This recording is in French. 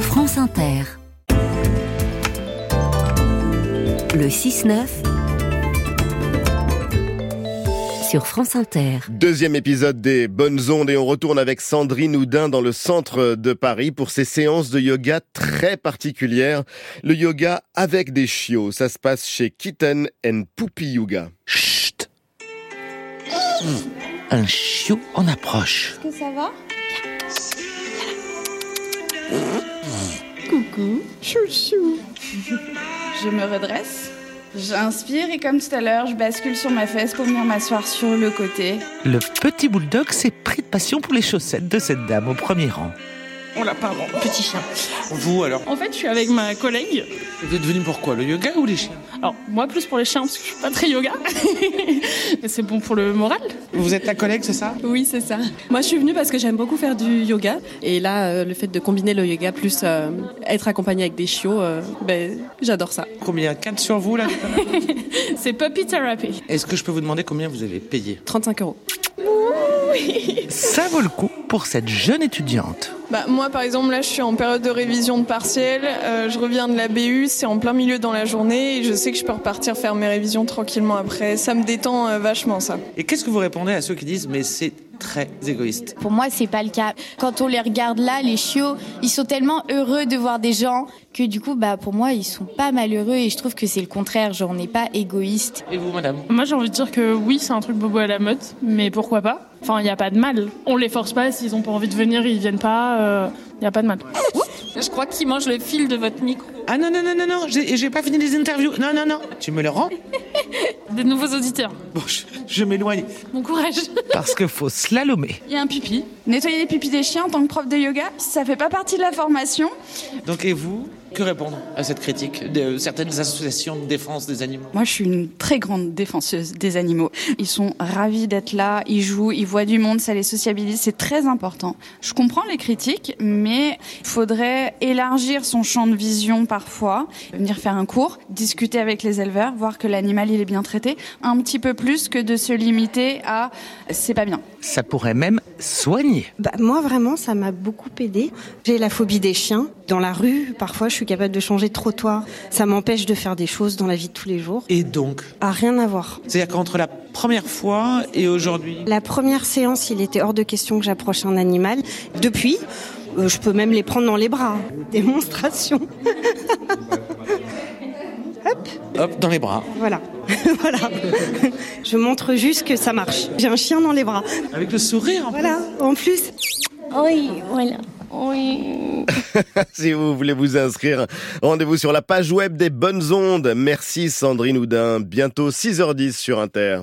France Inter. Le 6-9 sur France Inter. Deuxième épisode des Bonnes Ondes et on retourne avec Sandrine Houdin dans le centre de Paris pour ses séances de yoga très particulières. Le yoga avec des chiots, ça se passe chez Kitten and Poopy Yoga. Chut Un chiot en approche. Est-ce que ça va Je me redresse. J'inspire et comme tout à l'heure, je bascule sur ma fesse pour venir m'asseoir sur le côté. Le petit bulldog s'est pris de passion pour les chaussettes de cette dame au premier rang. Oh là, pardon. Petit chien. Vous alors En fait, je suis avec ma collègue. Vous êtes venu pourquoi Le yoga ou les chiens Alors, moi, plus pour les chiens, parce que je suis pas très yoga. Mais c'est bon pour le moral. Vous êtes la collègue, c'est ça Oui, c'est ça. Moi, je suis venue parce que j'aime beaucoup faire du yoga. Et là, euh, le fait de combiner le yoga plus euh, être accompagnée avec des chiots, euh, ben, j'adore ça. Combien 4 sur vous là tout à l'heure C'est puppy therapy. Est-ce que je peux vous demander combien vous avez payé 35 euros. Ça vaut le coup pour cette jeune étudiante. Bah, moi, par exemple, là, je suis en période de révision de partiel. euh, je reviens de la BU, c'est en plein milieu dans la journée et je sais que je peux repartir faire mes révisions tranquillement après. Ça me détend euh, vachement, ça. Et qu'est-ce que vous répondez à ceux qui disent mais c'est très égoïste Pour moi, c'est pas le cas. Quand on les regarde là, les chiots, ils sont tellement heureux de voir des gens que du coup, bah pour moi, ils sont pas malheureux et je trouve que c'est le contraire. Genre, on n'est pas égoïste. Et vous madame Moi, j'ai envie de dire que oui, c'est un truc bobo à la mode, mais pourquoi pas Enfin, il n'y a pas de mal. On les force pas, s'ils ont pas envie de venir, ils viennent pas, il n'y a pas de mal. Je crois qu'il mange le fil de votre micro. Ah non, non, non, non, non, j'ai j'ai pas fini les interviews. Non, non, non. Tu me le rends Des nouveaux auditeurs. Bon, je, je m'éloigne. Bon courage. Parce que faut slalomer. Il y a un pipi. Nettoyer les pipis des chiens en tant que prof de yoga, ça fait pas partie de la formation. Donc et vous que répondre à cette critique de certaines associations de défense des animaux Moi, je suis une très grande défenseuse des animaux. Ils sont ravis d'être là, ils jouent, ils voient du monde, ça les sociabilise, c'est très important. Je comprends les critiques, mais il faudrait élargir son champ de vision parfois, venir faire un cours, discuter avec les éleveurs, voir que l'animal, il est bien traité, un petit peu plus que de se limiter à c'est pas bien. Ça pourrait même soigner. Bah, moi, vraiment, ça m'a beaucoup aidé. J'ai la phobie des chiens. Dans la rue, parfois, je suis capable de changer de trottoir. Ça m'empêche de faire des choses dans la vie de tous les jours. Et donc À rien à voir. C'est-à-dire qu'entre la première fois et aujourd'hui La première séance, il était hors de question que j'approche un animal. Depuis, euh, je peux même les prendre dans les bras. Démonstration. Hop, dans les bras. Voilà. voilà. je montre juste que ça marche. J'ai un chien dans les bras. Avec le sourire en Voilà. En plus, Oui, voilà. Oui. si vous voulez vous inscrire, rendez-vous sur la page web des Bonnes Ondes. Merci Sandrine Houdin. Bientôt 6h10 sur Inter.